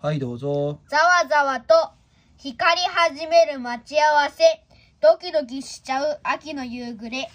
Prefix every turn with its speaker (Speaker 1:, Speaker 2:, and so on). Speaker 1: はい、どうぞ。
Speaker 2: ざわざわと光り始める待ち合わせ。ドキドキしちゃう秋の夕暮れ。